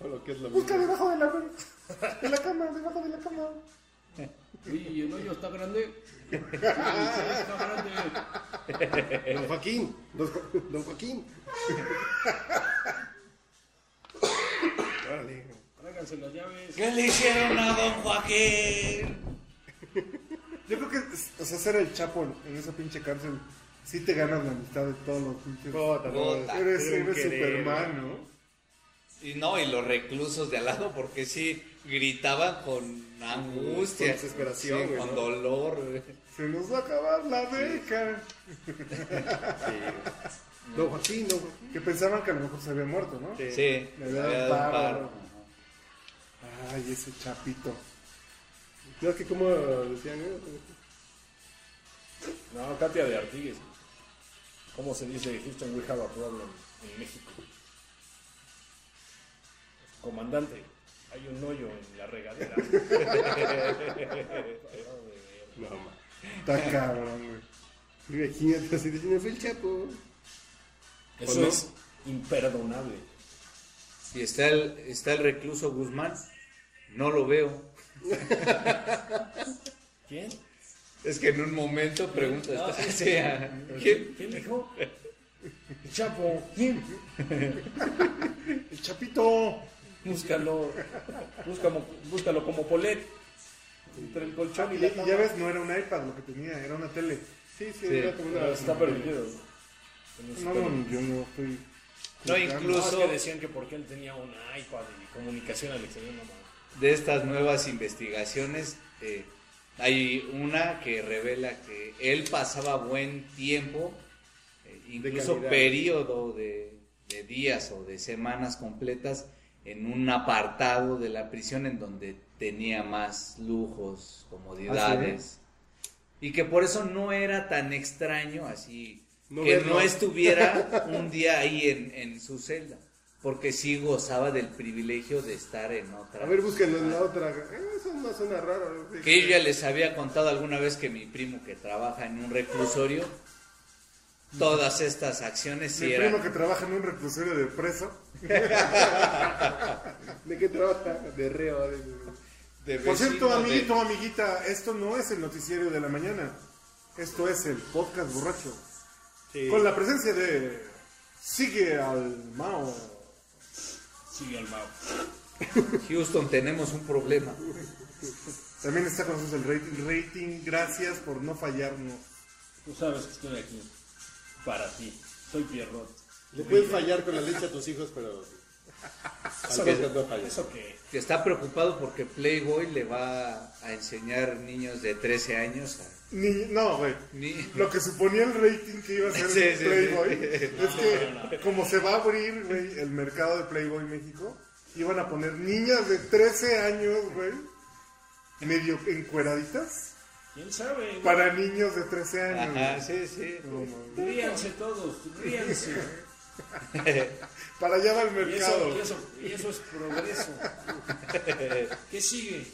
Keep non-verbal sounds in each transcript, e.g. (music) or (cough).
O lo que es lo Busca mismo. debajo de la mesa. De la cama, debajo de la cama. Y el hoyo está grande. Sí, Está grande. Don Joaquín, don, Jo- don Joaquín. Órale. Tráiganse las llaves. ¿Qué le hicieron a don Joaquín? Yo creo que, o sea, ser el chapo en esa pinche cárcel, sí te ganas la amistad de todos los pinches. Puta, no, Puta. Eres, deben eres querer. Superman, ¿no? Y no, y los reclusos de al lado, porque sí gritaban con angustia, Con desesperación, sí, güey, con ¿no? dolor. güey. Se nos va a acabar la beca. Don Joaquín, don Joaquín. Que pensaban que a lo mejor se había muerto, ¿no? Sí. Sí, Le daban este, dado un paro. paro. Ay, ese chapito. No, es que como decían, eh? No, Katia de Artigues. ¿Cómo se dice Houston we have a problem en México? Comandante, hay un hoyo en la regadera. No, ma. Está cabrón, güey. Imagínate, así diciendo, fue el Chapo. Eso no? es imperdonable. Y está el, está el recluso Guzmán. No lo veo. ¿Quién? Es que en un momento preguntas. Ah, sí. sí, (laughs) ah, ¿quién? ¿Quién dijo? Chapo, ¿quién? El chapito. Búscalo, búscalo, búscalo como Polet. Entre el colchón y Y, la y ya cama. ves, no era un iPad lo que tenía, era una tele. Sí, sí, Sí. era como una. No, Está permitido. No, no, ni yo no estoy. No, No, es incluso que decían que porque él tenía un iPad y comunicación al exterior, no mames. de estas nuevas investigaciones, eh, hay una que revela que él pasaba buen tiempo, eh, incluso calidad. periodo de, de días o de semanas completas en un apartado de la prisión en donde tenía más lujos, comodidades. Ah, Y que por eso no era tan extraño así No que verlo. no (laughs) estuviera un día ahí en, en su celda. Porque sí gozaba del privilegio de estar en otra. A ver, búsquenlo en la otra. Eh, eso no suena raro. sí. Que yo ya les había contado alguna vez que mi primo que trabaja en un reclusorio, todas estas acciones sí Mi eran. primo que trabaja en un reclusorio (laughs) de preso. ¿De qué trabaja? De reo. de- de- de Por vecino, cierto, de- amiguito, amiguita, esto no es el noticiero de la mañana. Esto es el podcast borracho. Sí. Con la presencia de. Sigue al Mao. Sigue al mao. Houston, tenemos un problema. También está con nosotros el rating. rating. Gracias por no fallarnos. Tú sabes que estoy aquí para ti. Soy Pierrot. Le puedes fallar con la leche a tus hijos, pero. Al podcast no fallas. ¿Eso qué? Que está preocupado porque Playboy le va a enseñar niños de 13 años a. Ni- no, güey. ni- (laughs) Lo que suponía el rating que iba a ser Sí, sí, sí. Playboy (laughs) es que, como se va a abrir, güey, el mercado de Playboy México, iban a poner niñas de 13 años, güey, medio encueraditas, ¿Quién sabe? para niños de 13 años. Ajá, güey. sí, sí. No, mames. Ríanse todos, ríanse. Para allá va el Y eso, mercado. y eso- y eso es (laughs) progreso. ¿Qué sigue?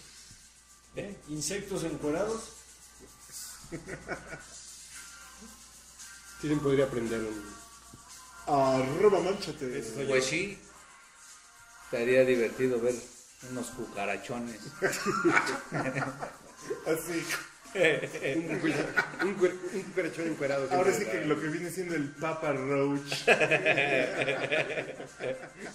¿Eh? ¿Insectos encuerados? Sí, podría aprender un. Arroba, manchate. Pues sí. Estaría divertido ver unos cucarachones. Así. Un, cucaracho- un, cuer- un cucarachón encuerado. Ahora sí que lo que viene siendo el Papa Roach.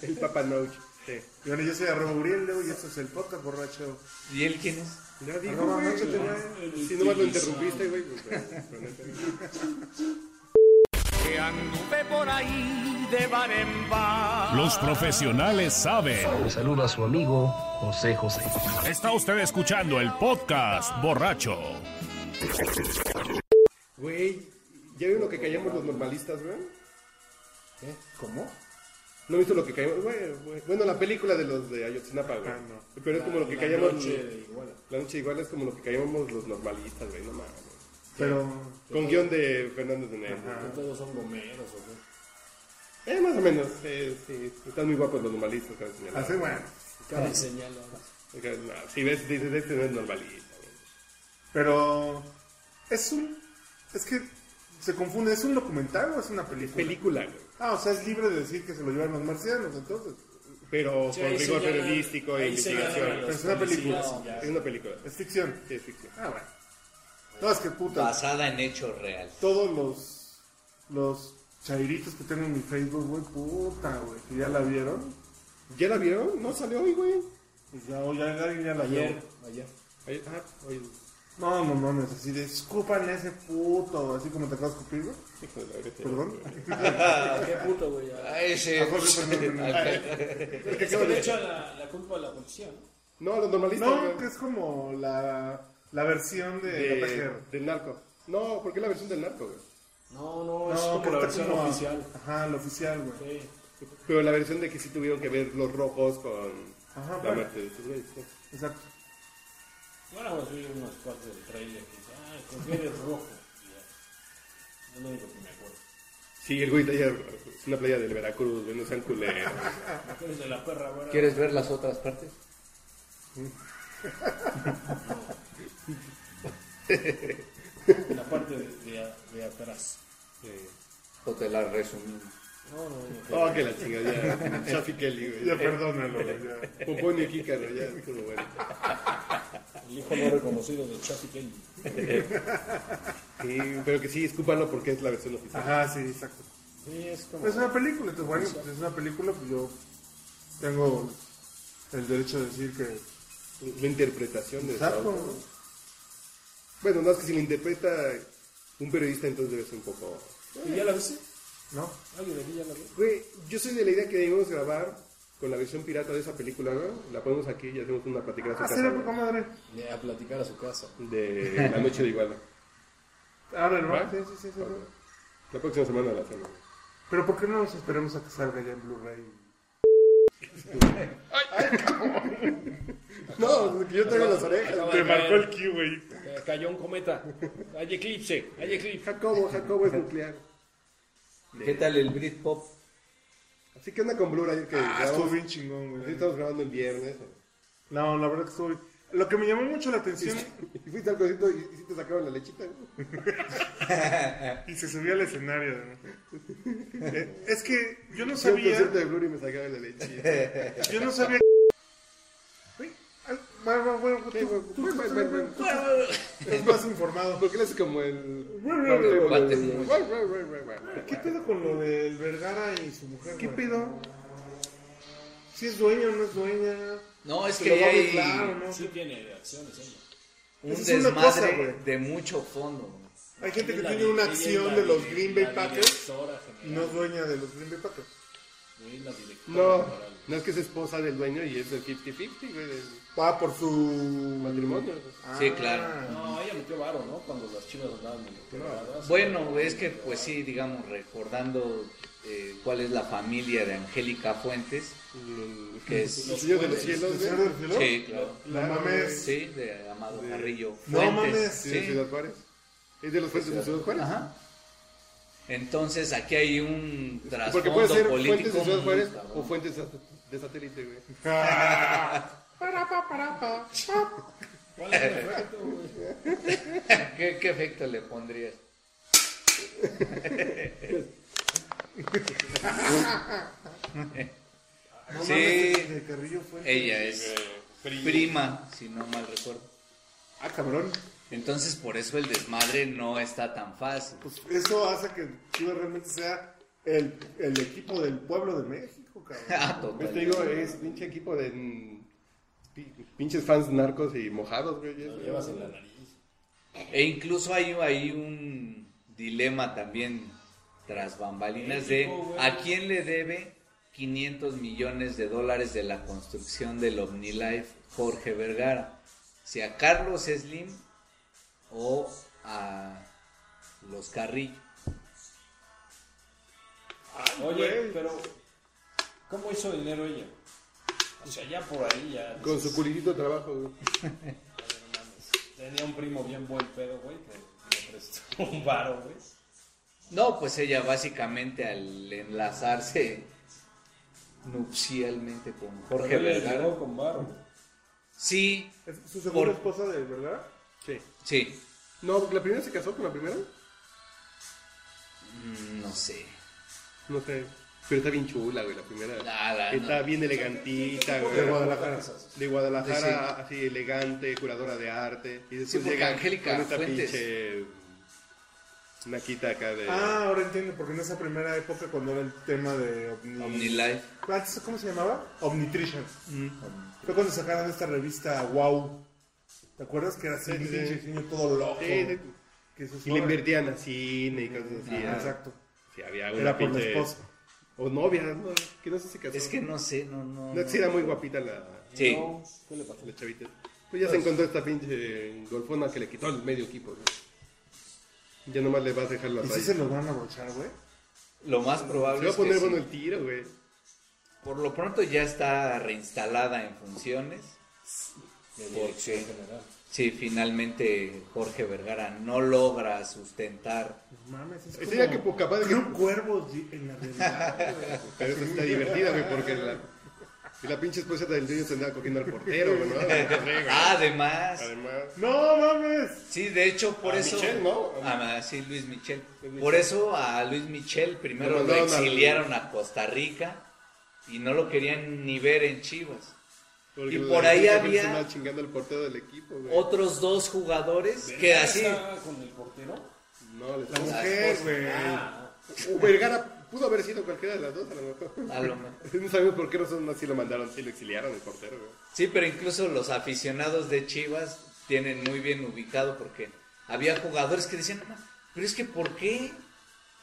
El Papa Noach. Y bueno, yo soy arroba Uriel Leo y esto es el podcast borracho. ¿Y él quién es? Ya dijo, Arroba güey, Noche, que tenía- ¿no? Si nomás lo interrumpiste, güey. pues, pero- pero neta. Los profesionales saben. Le saluda a su amigo José José. Está usted escuchando el podcast borracho. Güey, ¿ya vieron lo que callamos los normalistas, güey? ¿Eh? ¿Cómo? ¿No viste lo que callamos? Güey, güey. Bueno, la película de los de Ayotzinapa, güey. Ah, no. Pero es como lo que La callamos. noche de Iguala. La noche igual es como lo que callamos los normalistas, güey, no mames. Pero Con guión de Fernández de Nero. Ah. Que Todos son gomeros, ¿o qué? Eh, más o menos. Sí, sí. Están muy guapos los normalistas, cabe señalar. Así bueno. Cada señal ahora. Porque, no, si ves, dices, este no es normalista. güey. Pero es un. Es que se confunde, ¿es un documental o es una película? Película, güey. Ah, o sea, es libre de decir que se lo llevan los marcianos, entonces. Pero Sí, con ahí se rigor llama- periodístico e ahí se llama investigación. los Es una película. policías y ya. Es una película. Es ficción. Sí, es ficción. Ah, bueno. No, es que puta. Basada en hechos reales. Todos los. Los chairitos que tengo en mi Facebook, güey, puta, güey. Que ya la vieron. ¿Ya la vieron? No salió hoy, güey. Pues ya, o ya, ya, ya la Ayer, vieron. ayer. Ay, Ah, hoy. No, no mames, así de escupan ese puto, así como te acabas de escupir, güey. Hijo de la (laughs) grete. Perdón. Ah, qué puto, güey. ya. Ah, ese- A Jorge Fernández. El que Es que acaba le de- echa la, la culpa a la policía, ¿no? No, los normalistas. No, güey. que es como la, la versión de, la de, PGR. del narco. No, porque es la versión del narco, güey. No, no, es No, como que la está versión como a- oficial. Ajá, la oficial, güey. Sí. Pero la versión de que sí tuvieron que ver los rojos con Ajá, la bueno. muerte de estos güeyes. ¿no? Exacto. Ahora vamos a subir unos partes del trailer que dice, ah, con que eres rojo. Y ya. Es lo único que me acuerdo. Sí, el güey de allá, es una playa del Veracruz, güey, no sean (laughs) culeros. Me acuerdo de la perra, güey. ¿Quieres ver las otras partes? La parte de, de, de atrás. O te las resumimos. No, no, no. Oh, que la chingada, ya. Shafi Kelly, Ya güey. perdónalo, güey. ya. (laughs) Popón y Kícaro, ya, estuvo bueno. El hijo no reconocido de Chaffee Kelly. Sí, pero que sí, escúpalo porque es la versión oficial. Ajá, sí, exacto. Sí, es como. Es una película, entonces, bueno, pues es una película, pues yo tengo el derecho de decir que. Es La interpretación de Exacto. Saúl. Bueno, no es que si la interpreta un periodista, entonces debe ser un poco. ¿Y ya la viste? ¿No? ¿Alguien de aquí ya la vio? Güey, yo soy de la idea que debemos grabar con la versión pirata de esa película, ¿no? La ponemos aquí y hacemos una platicada sobre Hacer casa, la poca güey, madre. Le- A platicar a su casa. de La Noche de Iguala. Ahora, ¿Va? ¿no? Ah, Sí, sí, sí, sí. sí. La próxima semana la hacemos. Pero ¿por qué no nos esperemos a que salga ya en (laughs) Blu-ray? (laughs) No, yo traigo las orejas. Te marcó el Q, güey. Eh, Cayó un cometa. Hay eclipse. Hay eclipse. Jacobo, Jacobo es nuclear. ¿Qué tal el Britpop? Así que anda con Blur ayer que Ah, grabamos. estuvo bien chingón, Sí, güey. estamos grabando el viernes. No, la verdad que estuvo bien. Lo que me llamó mucho la atención Y fuiste al concierto y, y sí te sacaron la lechita. güey. y se subió al escenario. ¿no? Eh, Es que yo no Fui a un sabía, concierto de Blur y me sacaron la lechita. yo no sabía. Güey, al- bueno, bueno, bueno, tú- tú- tú- tú- tú- tú- Es más informado. ¿Por qué Ah, le haces como el... ¿Qué pedo con lo del Vergara y su mujer? ¿Qué pedo? Si es dueña o no es dueña. No, es Se que lo va a hay burlar o no. Sí tiene acciones, ¿eh? un Esa es una cosa, desmadre güey. de mucho fondo. Hay gente que La tiene una di- acción la de los di- Green la Bay Packers directora y no general, es dueña de los Green Bay Packers. güey, la directora No, general. no es que es esposa del dueño y es del 50-50, güey, del Va por su Ah. matrimonio. Sí, claro. No, ella metió varo, ¿no? Cuando las chivas andaban medio quebradas. Bueno, es que pues sí, digamos, recordando eh, cuál es la familia de Angélica Fuentes, Mm, que es... El señor de los cielos, ¿El señor güey. del cielo? Sí, claro. No mames. Sí, de Amado Carrillo No Fuentes. mames, Sí, de Ciudad Juárez. Es de los fuentes de Ciudad Juárez. Ajá. Entonces aquí hay un Porque trasfondo puede ser político fuentes de Ciudad muy Juárez cabrón. o fuentes de satélite, güey. Para, pa, para, pa, pa. ¿Cuál es el efecto, güey? ¿Qué, qué efecto le pondrías? No Sí. mames, de Carrillo fue. Ella es prima, si no mal recuerdo. Ah, cabrón. Entonces por eso el desmadre no está tan fácil. Pues eso hace que Chivas realmente sea el, el equipo del pueblo de México, cabrón. (laughs) Ah, Yo total. Pues te digo, es pinche equipo de mm, pi- pinches fans narcos y mojados, güey. Lo llevas en la nariz. E incluso hay ahí un dilema también tras bambalinas de a quién le debe 500 millones de dólares de la construcción del OmniLife Jorge Vergara. Si a Carlos Slim o a los Carrillo. Ah, Oye, pero ¿cómo hizo dinero ella? O sea, ya por ahí ya Con su culidito trabajo, güey. tenía un primo bien buen pedo, güey, que le prestó un varo, güey. No, pues ella básicamente al enlazarse nupcialmente con Jorge Pero él le Vergara. llegó con varo. güey. Sí, ¿Es su segunda Por- esposa de verdad? Sí. Sí, No, porque la primera se casó con la primera. Mm, no sé. No sé. Pero está bien chula, güey, la primera. La- la- está bien elegantita, güey. De Guadalajara. De Guadalajara, así elegante, curadora de arte. Y después Sí, porque llega Angélica con esta Fuentes. pinche naquita acá de Ah, ahora entiendo, porque en esa primera época cuando era el tema de Omni... OmniLife. Antes, ¿cómo se llamaba? Omnitrition. Fue cuando sacaron esta revista Wow. ¿Te acuerdas que era así, Sí, sí, pinche sí. niño todo loco? Sí, sí. Que se Y le sobra. invertían a cine y cosas así. Ah, ¿no? Exacto. Sí, había una Era por la pinche- esposa. O novia, ¿no? Que no sé si casó. Es que no sé, no, no. No, que sí era muy guapita la, Sí. ¿Qué le pasó? la chavita. Pues ya se encontró esta pinche golfona que le quitó el medio equipo, güey. Ya nomás le vas a dejar la ¿Y si raya. se los van a brochar, güey? Lo más Se probable va a es que poner sí. bueno el tiro, güey. Por lo pronto ya está reinstalada en funciones. Porque, sí, finalmente Jorge Vergara no logra sustentar. No mames, es Sería que como poca madre que- Club Cuervos di- en la realidad, güey. Pero esta está divertida, güey, porque la, y la pinche esposa del dueño se andaba cogiendo al portero, (laughs) güey, ¿no? Además, Además, ¡No mames! sí, de hecho, por A eso. Michel, ¿no? Ah, sí, Luis Michel. Michel. Por eso a Luis Michel primero Lo lo mandaron al- exiliaron a Costa Rica y no lo querían ni ver en Chivas. porque Y la por ahí pinche había- gente se andaba chingando al portero del equipo, güey. Otros dos jugadores que ¿Ya así. estaba Ah, con el portero? No, les La estamos- mujer, güey. O Vergara pudo haber sido cualquiera de las dos, a lo mejor. (laughs) A lo mejor. No sabemos por qué razón así lo mandaron, si lo exiliaron el portero, güey. Sí, pero incluso los aficionados de Chivas tienen muy bien ubicado porque había jugadores que decían, "No, pero es que ¿por qué?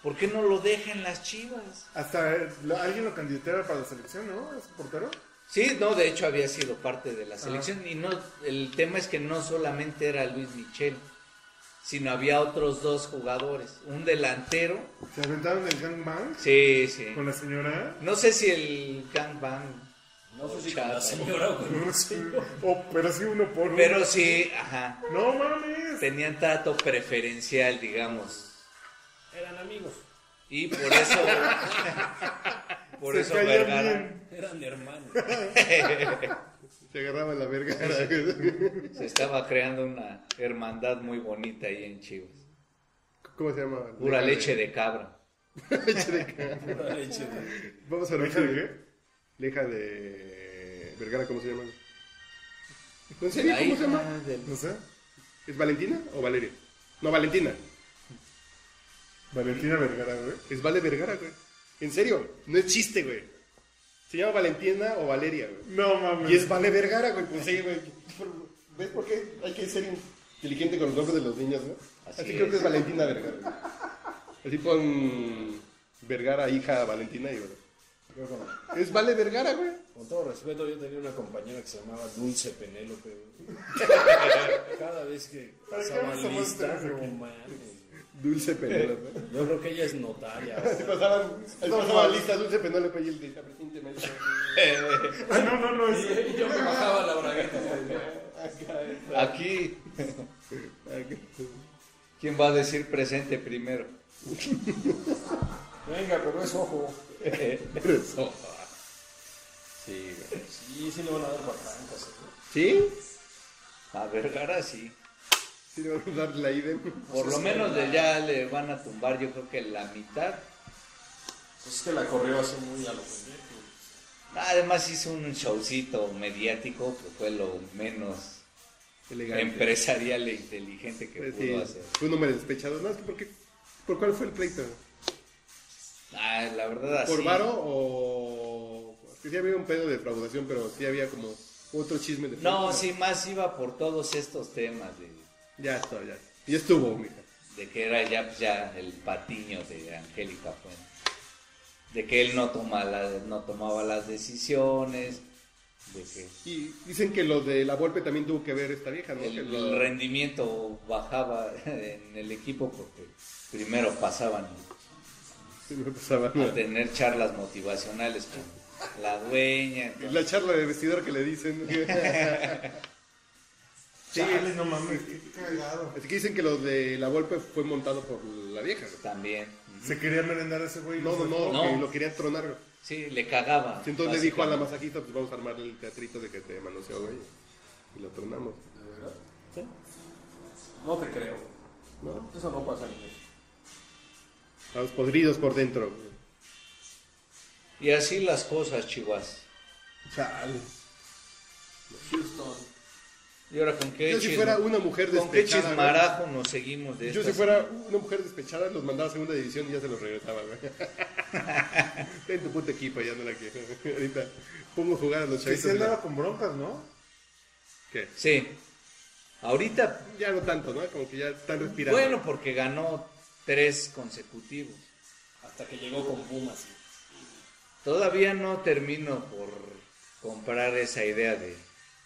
¿Por qué no lo dejan las Chivas? Hasta eh, lo- alguien lo candidatera para la selección, ¿no? ¿Es portero? Sí, no, de hecho había sido parte de la selección y no, el tema es que no solamente era Luis Michel, sino había otros dos jugadores, un delantero, ¿Se aventaron el gangbang sí, sí, con la (laughs) señora? no sé si el gangbang, No sé si Chata. con la señora o con un señor. Oh, pero sí uno por uno. pero sí, ajá, ¡No mames! tenían trato preferencial, digamos. Eran amigos, Y por eso. (laughs) por Se eso caía Vergara bien. eran hermanos. (laughs) Se agarraba la (laughs) Vergara, güey. se estaba creando una hermandad muy bonita ahí en Chivas. ¿Cómo se llama? Pura leche de cabra. Leche de cabra. Pura leche, güey. Vamos a ¿eh? ver. ¿Leja de qué? Leja de. Vergara, ¿cómo se llama? ¿En serio? La ¿Cómo hija se llama? del- No sé. ¿Es Valentina o Valeria? No, Valentina. Valentina Vergara, güey. Es Vale Vergara, güey. En serio, no es chiste, güey. Se llama Valentina o Valeria, güey. No mames. Y es Vale Vergara, güey. Pues sí, güey. ¿Ves por qué hay que ser inteligente con los nombres de los niños, no? Así, Así creo es. que es Valentina Vergara. güey. Así pon Vergara, hija Valentina y güey. Yo con- Es Vale Vergara, güey. Con todo respeto, yo tenía una compañera que se llamaba Dulce Penélope. (laughs) güey. Cada vez que ¿Para qué pasaba vamos a lista, mostrar no aquí? mames. Dulce Penélope. (laughs) Yo creo que ella es notaria. Ahí güey. pasaban, ahí pasaban listas, Dulce Penélope y el de recientemente. Ah, no, no, no. Es... Y Yo me bajaba la bragueta. güey. Aquí. (laughs) ¿Quién va a decir presente primero? Venga, pero es ojo. (laughs) Sí, Sí, sí le van a dar ¿eh? patancas. ¿Sí? A Vergara sí. Sí, le vamos a dar la idea. Por lo Sí, menos sí. de ya le van a tumbar, yo creo que la mitad. Pues es que la corrió así muy a lo pendejo. Además hizo un showcito mediático que fue lo menos empresarial e inteligente que Pues pudo sí, hacer. fue un hombre despechado. No, es que ¿por qué? ¿Por cuál fue el pleito? Ah, la verdad así. ¿Por varo o...? Es que sí había un pedo de defraudación, pero sí había como otro chisme de... No, fraude. sí, más iba por todos estos temas de, Ya está, ya. Y estuvo, mija. de que era ya, pues, ya el patiño de Angélica Fuentes. De que él no, toma la- no tomaba las decisiones, de que Y dicen que lo de la golpe también tuvo que ver esta vieja, ¿no? el, Que el lo- rendimiento bajaba en el equipo porque primero pasaban Sí, me pasaba, ¿no? a tener charlas motivacionales con la dueña. con- La charla de vestidor que le (laughs) dicen. Sí, Chale, no mames. Qué cagado. Así que dicen que lo de la golpe fue montado por la vieja. güey. También. Se quería merendar a ese güey. No, no, no, No. que lo querían tronar. güey. Sí, le cagaba. Sí, Entonces le dijo a la básicamente. masajista, pues vamos a armar el teatrito de que te manoseó, güey. Y lo tronamos. No te creo. ¿no? Eso no pasa en México. A los podridos por dentro. güey. Y así las cosas, chihuas. Chale. Houston. ¿Y ahora con qué, Yo si chism- fuera una mujer ¿con qué despechada, güey. chismarajo nos seguimos de Yo esta si fuera una mujer despechada, los mandaba a segunda división y ya se los regresaba, güey. (laughs) Ten tu puto equipo, ya no la quiero. (laughs) Ahorita pongo a jugar a los Que sí chavitos. andaba mira. con broncas, ¿no? ¿Qué? Sí. Ahorita, Ya no tanto, ¿no? Como que ya están respirando. bueno, porque ganó tres consecutivos. Hasta que llegó con Pumas. Todavía no termino por comprar esa idea de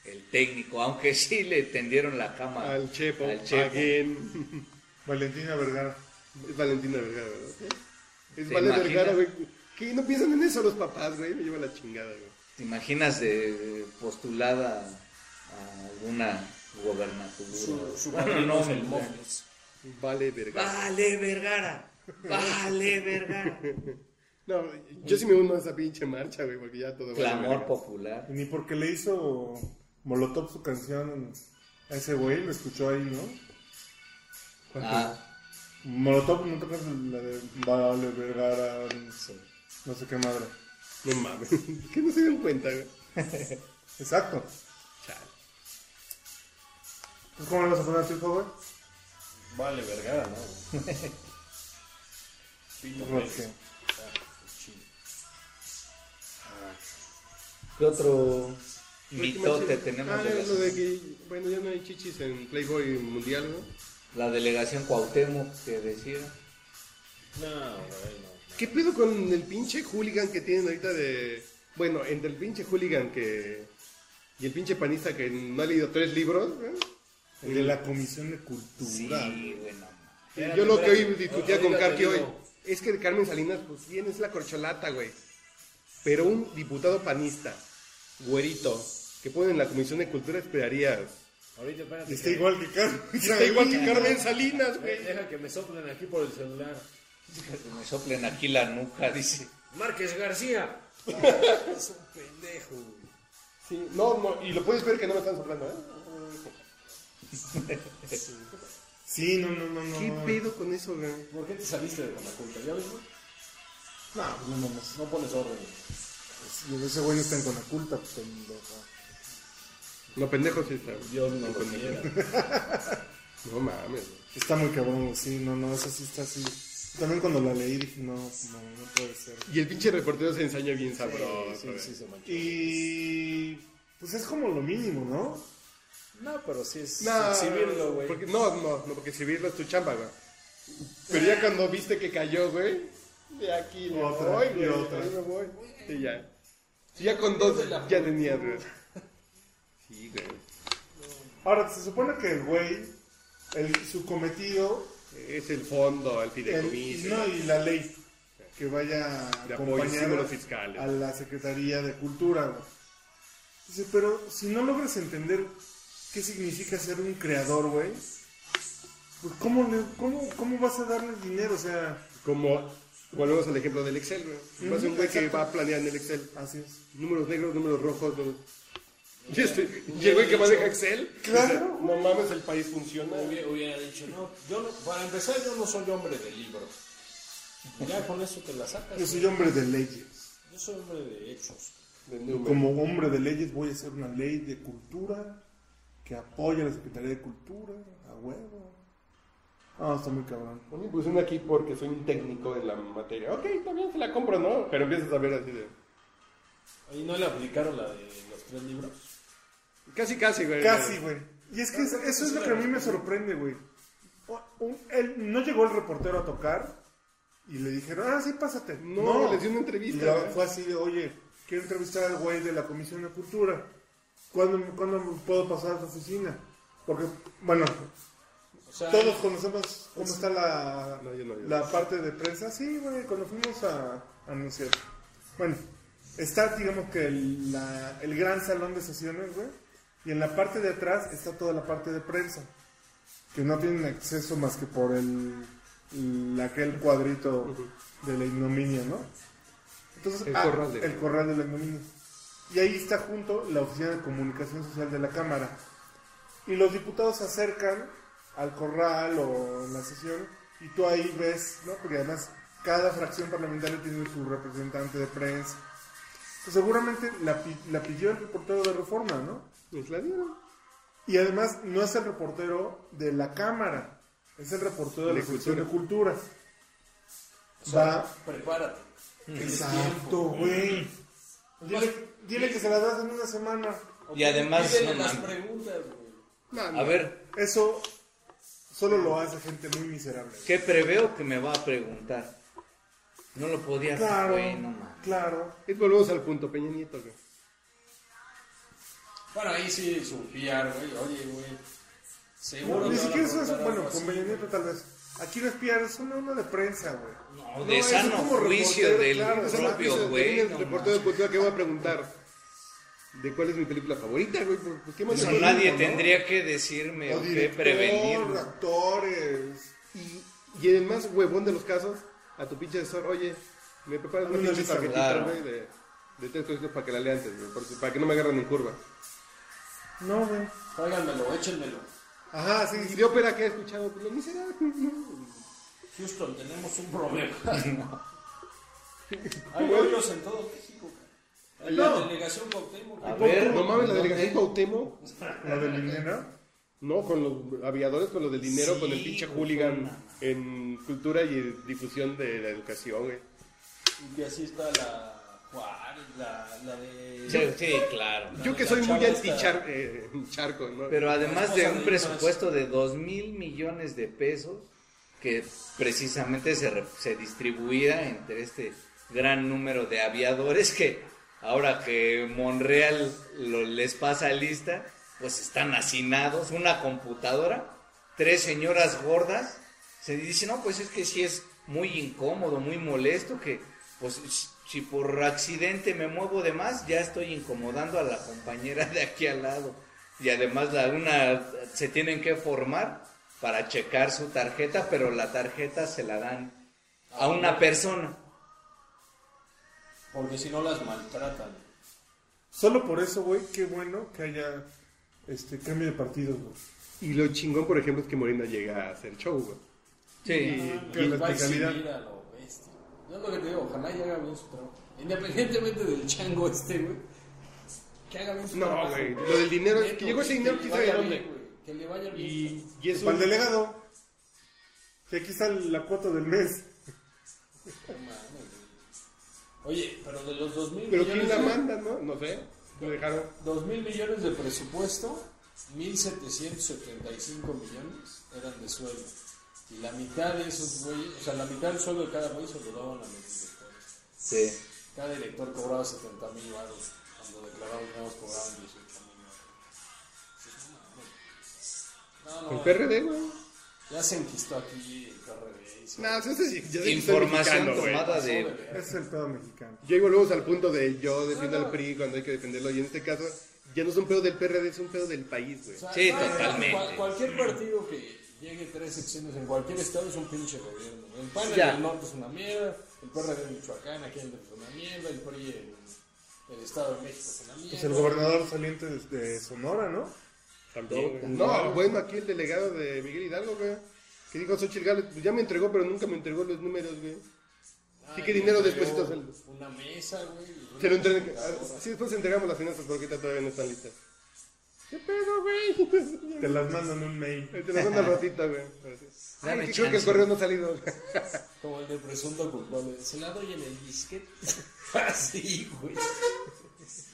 el técnico, aunque (laughs) sí le tendieron la cama Al Chepo, al Chepo. Paguen. Valentina Vergara. Es Valentina Vergara, ¿verdad? Es ¿Te Vale imaginas? Vergara, güey. ¿Qué? No piensan en eso los papás, güey. Me lleva la chingada, güey. ¿Te imaginas de postulada a alguna gobernatura? Su, su Bueno, padrino no, es el no. Mofles. Vale Vergara. Vale, Vergara. (laughs) Vale, Vergara. No, yo sí me uno a esa pinche marcha, güey, porque ya todo Clamor verga. popular. Ni porque le hizo Molotov su canción a ese güey, lo escuchó ahí, ¿no? Ah, Molotov nunca canta la de Vale Vergara, sí. no sé qué madre. No mames. (laughs) ¿Qué no se dieron cuenta, güey? Exacto. Pues, ¿Cómo le vas a poner a tu hijo, güey? Vale, vergara, (laughs) ¿no? Pito Roque. Pérez. Chile. ¿Qué otro te mitote tenemos? Ah, de la, lo de semana? que, bueno, ya no hay chichis en Playboy Mundial, güey. La delegación Cuauhtémoc que decía. No, güey, no. ¿Qué pedo con el pinche hooligan que tienen ahorita de... Bueno, entre el pinche hooligan que... Y el pinche panista que no ha leído tres libros, güey. El de la Comisión de Sí, Cultura. bueno. Espérate, Yo lo que hoy espérate. discutía Ahorita con te Karki hoy digo. es que Carmen Salinas, pues bien, es la corcholata, güey. Pero un diputado panista, güerito, que pone en la Comisión de Cultura, esperarías. Ahorita espérate. Está que- igual que Carmen. Está igual que Carmen Salinas, Eh, güey. Deja que me soplen aquí por el celular. Me soplen aquí la nuca, dice. Márquez (laughs) García. Es un pendejo, güey. Sí, no, no, y lo puedes ver que no me están soplando, ¿eh? Sí, no, no, no, no. ¿Qué no. pedo con eso, güey? ¿Por qué te saliste de Conaculta? ¿Ya ves, güey? No, pues no mames. No pones orden. Pues, Ese güey no está en Conaculta, pues, pendejo. No, pendejo sí está. güey. Dios no lo quiera. No mames, güey. Está muy cabrón, güey, sí, no, no, eso sí está así. También cuando la leí dije, no, no, no puede ser. Y el pinche reportero se ensaña bien sabroso, Sí, güey. sí, se manchó. Y pues es como lo mínimo, ¿no? No, pero sí es No, exhibirlo, güey. porque- No, no, no, porque exhibirlo es tu chamba, güey. Pero ya cuando viste que cayó, güey, de aquí me Otra, voy, y güey, otra. ahí me voy. Y ya. Sí, ya con dos ya tenías, güey. Sí, güey. Ahora, se supone que el güey, el- su cometido, Es el fondo, el el- fideicomiso. no, y la ley, que vaya De apoyo, acompañada estímulos fiscales. a la Secretaría de Cultura, güey. Dice, pero si no logras entender qué significa ser un creador, güey, pues ¿cómo, le- cómo, ¿cómo vas a darle dinero? O sea, Como volvemos al ejemplo del Excel, güey. Vas a un güey que exacto. va a planear en el Excel. así es. Números negros, números rojos, números... (laughs) Y este, y el güey que maneja Excel. Claro, dice, No mames, el país funciona. Hubiera, hubiera dicho, no, yo no, para empezar yo no soy hombre de libro. Ya con eso te la sacas. Yo güey. soy hombre de leyes. Yo soy hombre de hechos. De números. Como hombre de leyes voy a hacer una ley de cultura que apoya a la Secretaría de Cultura, a huevo. Ah, está muy cabrón. Oye, pues una aquí porque soy un técnico de la materia. Ok, también se la compro, ¿no? Pero empiezas a ver así de. Ahí no le aplicaron la de los tres libros. Casi, casi, güey. Casi, güey. Y es que es- eso es lo que a mí me sorprende, güey. O- un- él- no llegó el reportero a tocar y le dijeron, ah, sí, pásate. No, les dio una entrevista, ¿eh? Y la- güey. fue así de, oye, quiero entrevistar al güey de la Comisión de Cultura. ¿Cuándo, ¿Cuándo puedo pasar a su oficina? Porque, bueno, O sea, Todos conocemos cómo está la, No, yo no, yo la parte de prensa. Sí, güey, cuando fuimos a a anunciar. Bueno, está, digamos que el, la- el gran salón de sesiones, güey. Y en la parte de atrás está toda la parte de prensa. Que no tienen acceso más que por el, el- aquel cuadrito de la ignominia, ¿no? Entonces, El ah, corral de- el corral de la ignominia. Y ahí está junto la oficina de comunicación social de la Cámara. Y los diputados se acercan al corral o en la sesión y tú ahí ves, ¿no? Porque además cada fracción parlamentaria tiene su representante de prensa. Pues seguramente la, pi- la pidió el reportero de Reforma, ¿no? Pues la dieron. Y además no es el reportero de la Cámara, es el reportero de, De la Sección de Cultura. Va Prepárate. Mm. Exacto, güey. Dile, dile que se la das en una semana. Y además, Pídele no las mames. preguntas, güey. No, no. A ver, Eso solo lo hace gente muy miserable. ¿qué preveo que me va a preguntar? No lo podía hacer, Claro, güey, no mames. claro. Es- volvemos al punto, Peña Nieto, güey. Bueno, ahí sí su PR, güey. Oye, güey. Seguro. Ni te van a siquiera eso es, preguntar bueno, algo así, con Peña Nieto güey. tal vez. Aquí no es piar, es una onda de prensa, güey. No, de No, eso sano es como juicio reportero, del claro, eso es propio, güey. El no reportero de cultura que voy a preguntar de cuál es mi película favorita, güey. Pues, pues, ¿qué más mames. Eso le nadie pregunto, no? tendría que decirme o qué director, prevenir. güey. actores. Y, y el más huevón de los casos, a tu pinche asesor, oye, me preparas una Una pinche lista, tarjetita, claro. güey, de, de tres cositas para que la lea antes, güey, por si- para que no me agarren en curva. No, güey. Tráiganmelo, échenmelo. Ajá, sí. ¿Y de ópera que he escuchado? Pues lo miserable, ¿no? Houston, tenemos un problema. Hay hoyos en todo México. cara. En la No. delegación Cuauhtémoc. A güey. ver, No mames, la delegación Cuauhtémoc. La del dinero. No, con los aviadores, con lo del dinero, Sí, con el pinche hooligan en cultura y difusión de la educación, güey. Y así está la Juárez, la, la de. Sí, sí, claro. Yo que La soy muy chava esta- anti-charco, ¿no? Pero además de esposa un de presupuesto de 2 mil millones de pesos que precisamente se, re- se distribuía entre este gran número de aviadores que ahora que Monreal lo- les pasa lista, pues están hacinados, una computadora, tres señoras gordas, se dice, no, pues es que sí es muy incómodo, muy molesto, que pues si por accidente me muevo de más, ya estoy incomodando a la compañera de aquí al lado. Y además la una se tienen que formar para checar su tarjeta, pero la tarjeta se la dan a una persona. Porque si no las maltratan. Solo por eso, güey, qué bueno que haya este cambio de partidos, güey. Y lo chingón, por ejemplo, es que Morena llega a hacer show, güey. Sí. Ah. Y que la Igual sí, especialidad. mira, lo bestia. Yo es lo que te digo, ojalá y haga bien su trabajo. Independientemente del chango este, güey. Que haga bien su No, trabajo. güey. Lo del dinero, Neto, que llegó ese güey, dinero, que quién le sabe de vaya dónde. bien, güey, Que le vaya bien. Y, y es Para el un- delegado. Que aquí está la cuota del mes. No mames, güey. Oye, pero de los 2 mil Pero millones. quién la de- manda, ¿no? No sé. Lo dejaron. 2 mil millones de presupuesto, 1.775 millones eran de sueldo. Y la mitad de esos güeyes, o sea, la mitad del sueldo de cada güey se lo daban a los directores. Sí. Cada director cobraba 70 mil baros. Cuando declararon nuevos cobraban 18 mil baros. No, El no, PRD, güey. ya se enquistó aquí el PRD. y se- No, sí, sí, sí, ya sé que estoy Información mexicano, güey. tomada Joder, de... güey. Ese es el pedo mexicano. Llego luego al punto de yo defiendo al PRI cuando hay que defenderlo. Y en este caso, ya no es un pedo del PRD, es un pedo del país, güey. O sea, Sí, no, no, no, totalmente. cual- cualquier partido que llegue tres secciones en cualquier estado es un pinche gobierno. El PAN Ya. en el norte es una mierda, el PRD en Michoacán, aquí en el norte es una mierda, el PRI en el Estado de México es una mierda. Pues el gobernador saliente de, de Sonora, ¿no? También, güey. No, bueno, aquí el delegado de Miguel Hidalgo, güey. Que dijo Xochitl Gálvez, pues ya me entregó, pero nunca me entregó los números, güey. Ay, sí que dinero entregó después se lo- Una mesa, güey. y una Se lo entregó. computadora. Sí, después entregamos las finanzas porque ahorita todavía no están listas. ¿Qué pedo, güey? (laughs) Te las mandan en un mail. Ahí Te lo mando al ratito, güey. Así. Dame Ay, que creo chance. que el correo no ha salido. Como el de presunto culpable. Se la doy en el disquete. (laughs) Así, güey.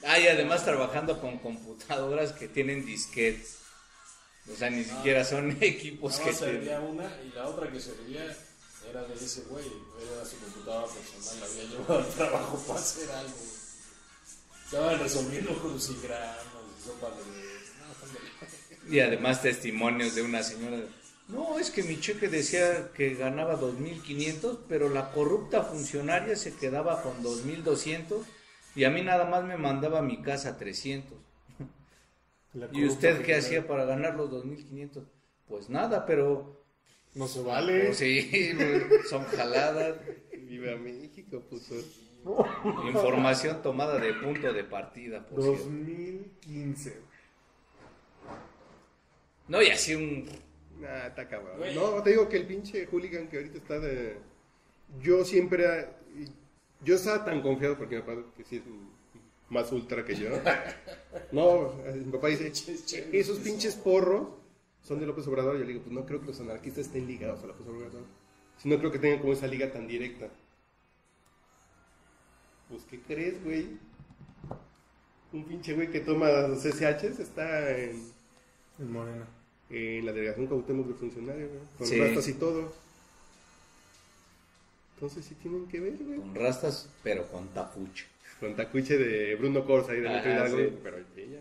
Ah, y además trabajando con computadoras que tienen disquetes. O sea, ni siquiera son (laughs) equipos Nada que más tienen. servía una y la otra que servía era de ese güey. Era su computadora personal, la había llevado al trabajo para hacer algo. güey. Estaban resolviendo crucigramas y sopa de. No, están de Y además testimonios de una señora. de, No, es que mi cheque decía que ganaba 2.500, pero la corrupta funcionaria se quedaba con 2.200 y a mí nada más me mandaba a mi casa 300. La ¿Y usted corrupta qué que hacía para ganar los 2.500? Pues nada, pero... No se vale. pues sí, (laughs) pues, son jaladas. Viva México, puto. Información tomada de punto de partida, por cierto. 2015. No, y así un, Nah, Ah, está cabrón. Güey. No, te digo que el pinche hooligan que ahorita está de. Yo siempre. Yo estaba tan confiado porque mi papá, que sí es más ultra que yo. no, mi papá dice: Esos pinches porros son de López Obrador. Yo le digo: Pues no creo que los anarquistas estén ligados a López Obrador. Si no creo que tengan como esa liga tan directa. Pues, ¿qué crees, güey? Un pinche güey que toma CCHs está en. En Morena. Eh, la delegación Cuauhtémoc de funcionario, güey. Con Sí. ratas y todo. Entonces sí tienen que ver, güey. Con rastas, pero con tapucho. Con tacuche de Bruno Corsa y de Ajá, Metro Hidalgo. Ah, sí. Pero ella.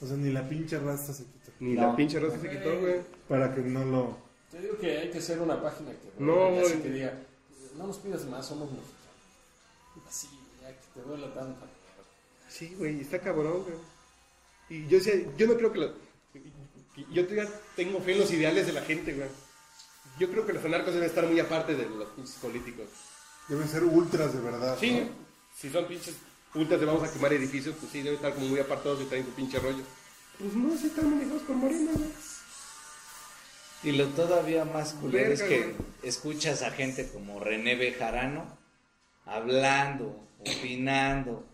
O sea, ni la pinche rasta se quita. Ni No. la pinche raza se quitó, güey. Para que no lo. Te digo que hay que hacer una página que, No, ya sé güey. que diga, no nos pidas más, somos mexicanos. Así, ya que te duela tanto. Sí, güey, está cabrón, güey. Y yo sé, yo no creo que los. Yo todavía tengo fe en los ideales de la gente, güey. Yo creo que los anarcos deben estar muy aparte de los pinches políticos. Deben ser ultras de verdad. Sí, ¿no? si son pinches puntas de vamos a quemar edificios, pues sí, deben estar como muy apartados y traen su pinche rollo. Pues no, sí están manejados por Morena, güey. Y lo todavía más culero es Verga, que escuchas a gente como René Bejarano hablando, opinando,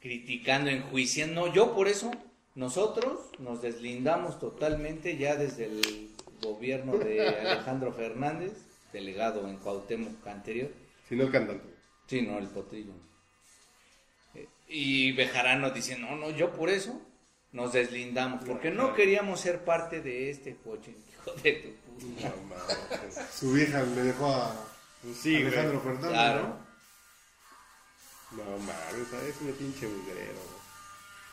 criticando, enjuiciando. No, yo por eso, nosotros nos deslindamos totalmente ya desde el gobierno de Alejandro Fernández, delegado en Cuauhtémoc anterior. Si no el cantante. Sí, no, el potrillo. Eh, Y Bejarano dice, no, no, yo por eso nos deslindamos, porque no queríamos ser parte de este coche, (laughs) hijo de tu puta. No mames. Su vieja le dejó a Pues sí, güey. Alejandro Fernández. Claro. No mames, ¿sabes? Un pinche mugrero,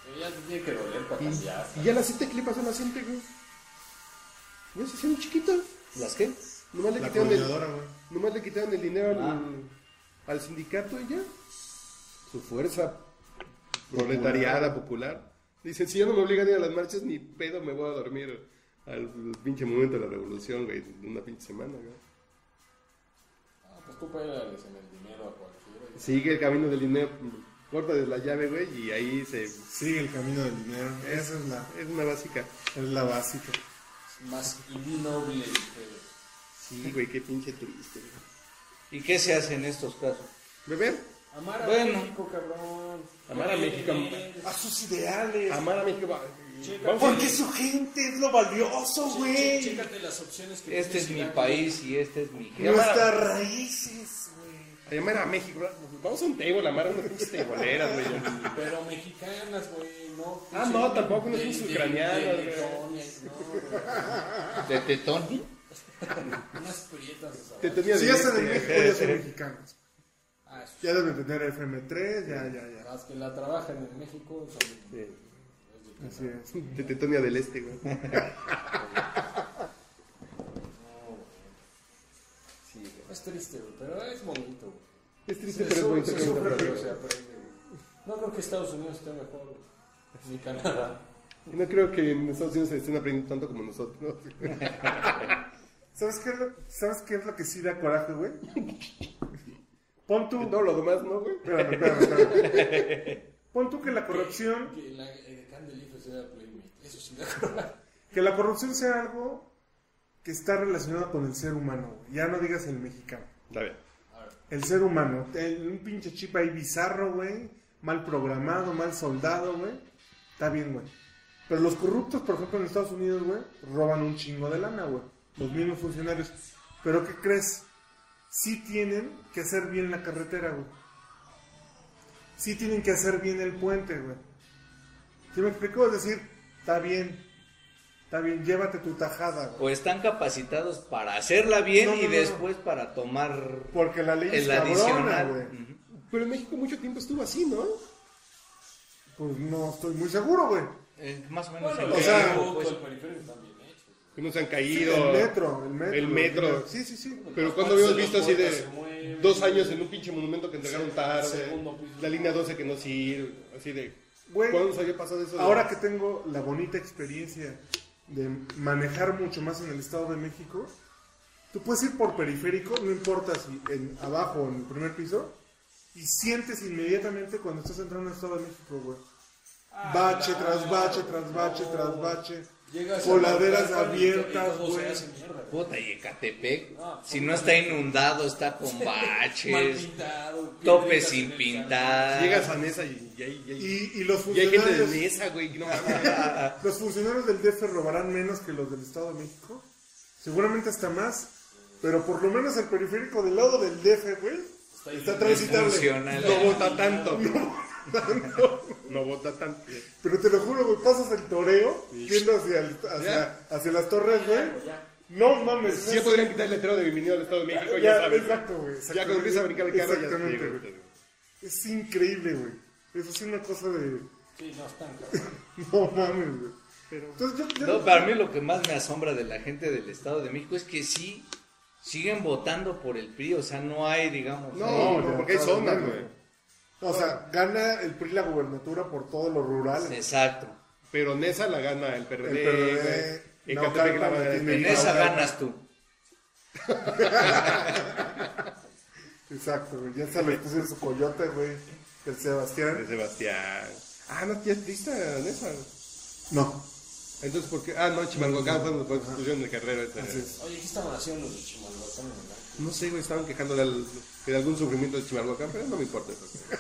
Pero ya te tiene que doler para güey. cambiar. Y ya la gente, ¿qué le pasó a la gente, güey? Güey, se hicieron chiquitos. ¿Las qué? ¿no? Nomás le, La quitaron el, coordinadora, güey. nomás le quitaron el dinero Ah. al, al sindicato y ya. Su fuerza proletariada, popular. Dicen, si ya no me obligan a ir a las marchas, ni pedo me voy a dormir al pinche momento de la revolución, güey. de Una pinche semana, güey. Ah, pues tú pégales en el dinero a cualquiera. Sigue el camino del dinero, corta de la llave, güey, y ahí se... Es Sigue el camino del dinero. Esa es la, una básica. es la básica. Es más innoble que... Sí, güey, qué pinche triste. güey. ¿Y qué se hace en estos casos? Beber, Amar a Bueno. México, cabrón. Amar a México. Eh, A sus ideales. amar a México. va- Chica, Vamos a... Porque su gente es lo valioso, Ah, che- güey. Chécate las opciones que Este tienes es y mi dale. país y este es mi jefe. Nuestras raíces, güey. a llamar a México. ¿verdad? Vamos a un table, a amar a unas pinches teiboleras, güey. Pero mexicanas, güey, no. Ah, no, tampoco, no De- son de- ucranianas, de- güey. de leones, no, ¿De Tetón? güey. Unas prietas, o sea. Te tenía Si de ya están en este, México, ya son mexicanos. Ah, eso. Ya deben tener FM3, ya, ya, ya. Las que la trabajan en México son... güey. Así es. De Tetonia del Este, güey. Es triste, güey, pero es bonito. güey. Es triste, Se pero es su- bonito. se que sufre, uno pero aprende. se aprende, güey. No creo que Estados Unidos esté mejor, güey. ni Canadá. Y No creo que en Estados Unidos se estén aprendiendo tanto como nosotros. ¿no? ¿Sabes qué, es lo- ¿Sabes qué es lo que sí da coraje, güey? Pon tú. No, lo demás no, güey. Espérame, espérame, espérame. Pon tú que la corrupción, Que la eh, Candelito sea Playmate. Eso sí me acuerdo. que la corrupción sea algo que está relacionado con el ser humano, güey. Ya no digas el mexicano. Está bien. El ser humano. El- un pinche chip ahí bizarro, güey. Mal programado, mal soldado, güey. Está bien, güey. Pero los corruptos, por ejemplo, en Estados Unidos, güey, roban un chingo de lana, güey. Los mismos funcionarios. Pero ¿qué crees? Sí tienen que hacer bien la carretera, güey. Sí tienen que hacer bien el puente, güey. ¿Sí me explico? Es decir, está bien. Está bien, llévate tu tajada, güey. O están capacitados para hacerla bien No, no, y no. después para tomar Porque la ley es el cabrona, adicional. güey. Ujú. Pero en México mucho tiempo estuvo así, ¿no? Pues no estoy muy seguro, güey. Eh, más o menos. o el- sea, pues, el periférico está bien hecho. Que no se han Sí, caído. el metro, el metro. El metro. Sí, sí, sí. Pero cuando habíamos visto así de dos años en un pinche monumento que entregaron tarde, Segundo piso. la línea 12 que no sirve, así de... Güey, ¿Cuándo nos había pasado eso? de- ahora que tengo la bonita experiencia de manejar mucho más en el Estado de México, tú puedes ir por periférico, no importa si en abajo o en el primer piso, y sientes inmediatamente cuando estás entrando al Estado de México, güey. Bache tras bache, tras bache, tras bache. Llegas Coladeras Naucalpan y abiertas, todo güey. se hace mierda. güey. Puta, y Ecatepec, Ah, No, pues si no está inundado, está (laughs) con Mal baches, pintado. tope piedritas en sin el pintar. Llegas a Nesa y, y, hay- y, hay- Y, y los y hay gente funcionarios, de Nesa, güey. No mames. los funcionarios del DF robarán menos que los del Estado de México. Seguramente hasta más. Pero por lo menos el periférico del lado del DF, güey, está, transitable. Funcional. (laughs) No vota tanto. No vota tanto. Pero te lo juro, güey, pasas el toreo viendo hacia, el- hacia, Ya. hacia las torres, güey. No mames. Si ya no podrían quitar el letrero de bienvenido al Estado de México, sé. ya, Ya, sabes. exacto, güey. Ya exacto, cuando empieza a brincar el carro, ya Exactamente, llega, güey. Es increíble, güey. Eso sí es una cosa de... Sí, no, (laughs) están cabrón. No mames, güey. Entonces yo... yo- No, para mí lo que más me asombra de la gente del Estado de México es que sí siguen votando por el PRI, o sea, no hay, digamos, No, Sí, no, porque hay claro, zonas, claro. güey. No, o sea, gana el PRI la gubernatura por todo lo rural. exacto. Pero Nesa la gana el PRD. El PRD, güey. no, Ecatepec la Calpa gana la el tiene. En PRI. esa Ahora- ganas tú. Exacto, güey. Ya se le puso en su coyote, güey. El De Sebastián. Sebastián. Ah, no, ya diste a Nesa. No. Entonces, ¿por qué? Ah, no, Chimalhuacán fue donde pusieron de carrera. esa. Así es. Oye, ¿qué estaban haciendo los de Chimalhuacán, verdad? No sé, güey, estaban quejando de, al- de algún sufrimiento de Chimalhuacán, pero no me importa eso. güey.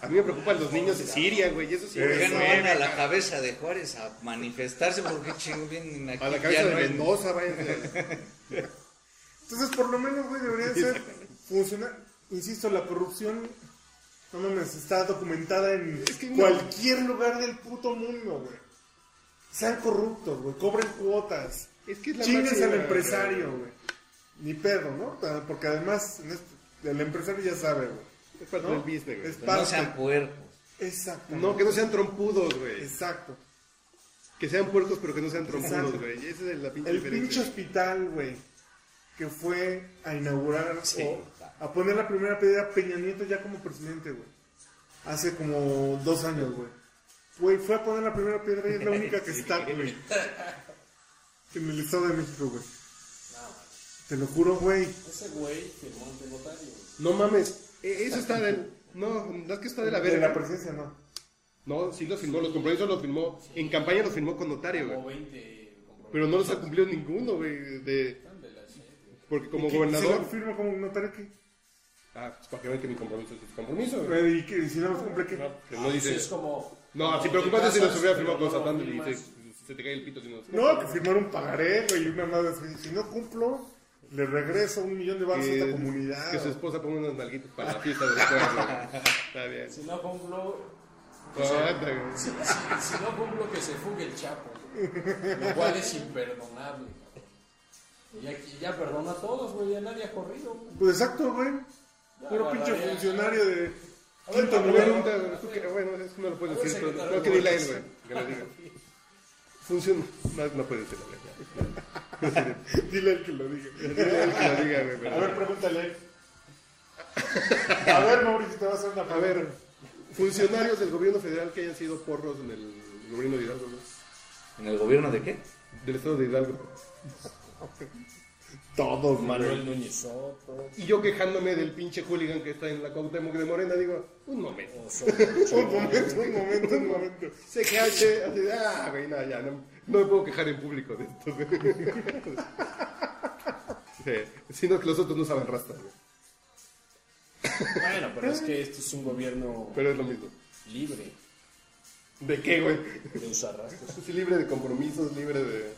A mí me preocupan los niños de Siria, güey, eso sí. ¿Por qué me no duele. van a la cabeza de Juárez a manifestarse? Porque chingo vienen aquí. A la ya cabeza no de hay- Mendoza, vayan. Entonces, por lo menos, güey, debería ser funcionar. Insisto, la corrupción, no mames, está documentada en que no. cualquier lugar del puto mundo, güey. Sean corruptos, güey, cobren cuotas. Es que es la Chingues máxima, al empresario, güey. Ni pedo, ¿no? Ah, Porque además, en este- el empresario ya sabe, güey. Es parte ¿no? del business, güey. Es Pero pues, no sean puercos. Exacto. No, que no sean trompudos, güey. Exacto. Que sean puercos, pero que no sean trompudos, Exacto. güey. Esa es la pinche El pinche diferencia. hospital, güey, que fue a inaugurar Sí. o a poner la primera piedra Peña Nieto ya como presidente, güey. Hace como dos años, güey. Güey, fue a poner la primera piedra y es la única (laughs) que está, güey. En el Estado de México, güey. Te lo juro, güey. Ese güey firmó un notario. No mames, eh, eso está del... No, no es que está de la De la verga. presidencia, no. No, sí lo firmó, los compromisos los firmó. En campaña los firmó con notario, O güey. 20 compromisos. Pero no los ha cumplido ninguno, güey. De... de la serie. Porque ¿Y como qué- Si gobernador... lo firma como notario, ¿qué? Ah, pues para que vean que mi compromiso es mi compromiso, güey. Güey, ¿Y que, si no lo cumple, ¿qué? No, que no dice... Es como. No, si te preocupaste si casas, los hubiera pero firmado con no Satán y firmas. dice... Se te cae el pito si no... No, que firmar un pagaré, güey, y una madre así. Si no cumplo, le regreso un millón de baros a esta comunidad. que su güey. esposa ponga unos nalguitos para la fiesta del pueblo. (laughs) güey. Está bien. Si no cumplo. Ah. Otra, güey. Si, si- si no cumplo, que se fugue el chapo. güey. Lo cual es imperdonable. cabrón. Y aquí ya perdona a todos, güey. Ya nadie ha corrido. güey. Pues exacto, güey. Puro Ya, pinche ya, ya. funcionario de Bueno, quinto una nivel. pregunta, güey, tú que- Bueno, eso no lo puedes A ver, decir. pero- secretario, No, que dile a él, güey. güey. Que lo diga. Funciona. No, no puede ser, güey. (laughs) Dile al que lo diga. Dile a él que lo diga, güey. A pero- ver, pregúntale. (laughs) a él. A ver, Mauricio, te va a hacer una A ver, funcionarios del gobierno federal que hayan sido porros en el gobierno de Hidalgo, ¿no? ¿En el gobierno de qué? Del estado de Hidalgo. Todos, Manuel Núñez Soto. Y yo quejándome del pinche hooligan que está en la Cuauhtémoc de Morena, digo, un momento. (laughs) Un momento, un momento, un momento. CGH, así de, ah, güey, no, ya, no, no me puedo quejar en público de esto, güey. (laughs) Sí, sino que los otros no saben rastas, güey. (laughs) Bueno, pero es que este es un gobierno Pero es lo mismo. libre ¿De qué, güey? de usar rastros. Es libre de compromisos, libre de...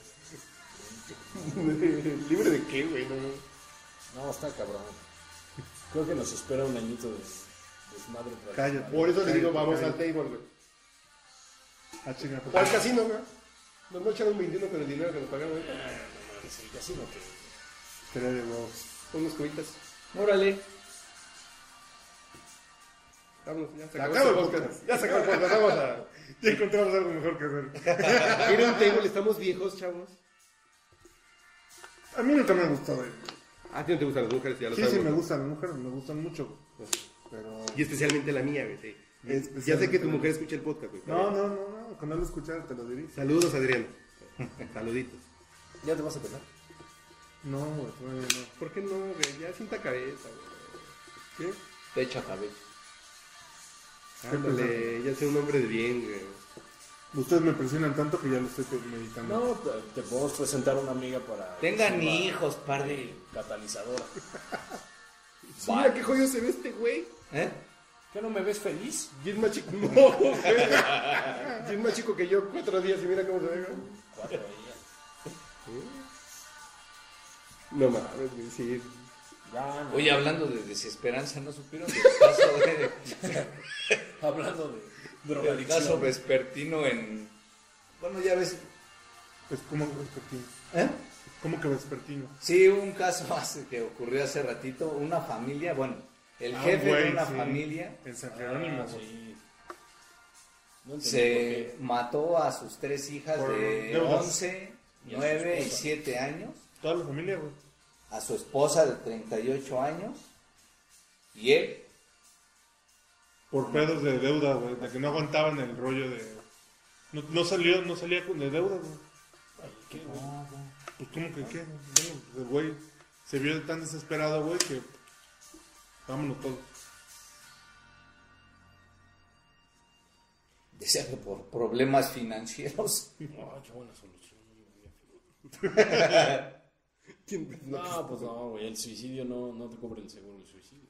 (laughs) ¿Libre de qué, güey? No, no. No, está cabrón. Creo que nos espera un añito de desmadre. tras Cállate. desmadre. Por eso le digo, vamos al table, güey. Ah, chinga, O al pues. casino, güey. Nos no echaron un 21 con el dinero que nos pagaron, güey. El casino que- Pelea de huevos. Unos cubitas. Órale. Vámonos, ya se Ya acabó, acabó el el podcast. podcast. Ya se acabó el podcast, vamos a... Ya encontramos algo mejor que hacer. (laughs) Ir a un table, estamos viejos, chavos. A mí nunca me ha gustado. güey. Ah, ¿a ti no te gustan las mujeres? Ya lo Sí, sí, sabemos. me gustan las mujeres, me gustan mucho. güey. Pero Y especialmente la mía, güey. sí. Especialmente Ya sé que tu la mujer escucha el podcast, güey. No, no, no, no, con él escuchar te lo diré. Saludos, Adrián. (laughs) Saluditos. ¿Ya te vas a pelar? No, güey, todavía no. ¿Por qué no, güey? Ya sienta cabeza, güey. ¿Qué? Te echa cabello. Ándale, ya sé un hombre de bien, güey. Ustedes me presionan tanto que ya lo estoy meditando. No, te, te podemos presentar a una amiga para. Tengan que sirva hijos, par de. Catalizadora. Mira qué joyo se ve este güey. ¿Eh? ¿Qué no me ves feliz? Y es más chico. No, güey. Y es más chico que yo, cuatro días y mira cómo se ve. güey. Cuatro días. No mames, güey, sí. Ya, no. Oye, hablando de desesperanza, ¿no supieron del caso, de- (laughs) Hablando de del caso drogadicción. vespertino en. Bueno, ya ves. Pues, ¿cómo que vespertino? ¿Eh? ¿Cómo que vespertino? Sí, hubo un caso (laughs) hace que ocurrió hace ratito. Una familia, bueno, el Ah, jefe de güey, una sí. familia En San Jerónimo. Ah, güey. sí. No entendí se mató a sus tres hijas Por de deudas. 11, Y a su 9 y esposa. 7 años. Toda la familia, güey. a su esposa de 38 años y él, Por pedos de deuda, güey. De que no aguantaban el rollo de. No, no salió, no salía con- de deuda, güey. por qué. Ah, Ay, qué, Pues, güey. ¿cómo que qué? Bueno, pues, el güey se vio tan desesperado, güey, que. Vámonos todos. decía que por problemas financieros. (laughs) Ay, qué buena solución. ¿Quién- no, No, pues no, güey. El suicidio no, no te cobra el seguro del suicidio.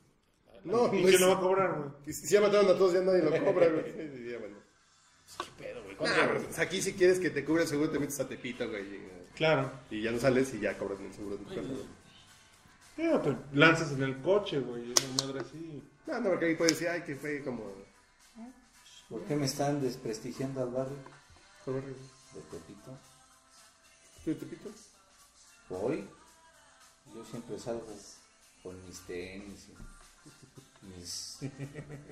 La- la- No, ¿Y no quién es- lo va a cobrar, güey? Y Si ya mataron a todos, ya nadie lo cobra, güey. (laughs) Sí, ya, bueno. ¿Qué pedo, güey? ¿Cuánto? Nah, pues, aquí si quieres que te cubra el seguro, te metes a Tepito, güey. Claro. Y ya no sales y ya cobras el seguro. Ya, te lanzas en el coche, güey. Una madre así. No, no, porque ahí puedes decir, ay, que fue como... ¿Por qué me están desprestigiando al barrio ¿Cómo de Tepito? de Tepito? Hoy yo siempre salgo con mis tenis, y mis,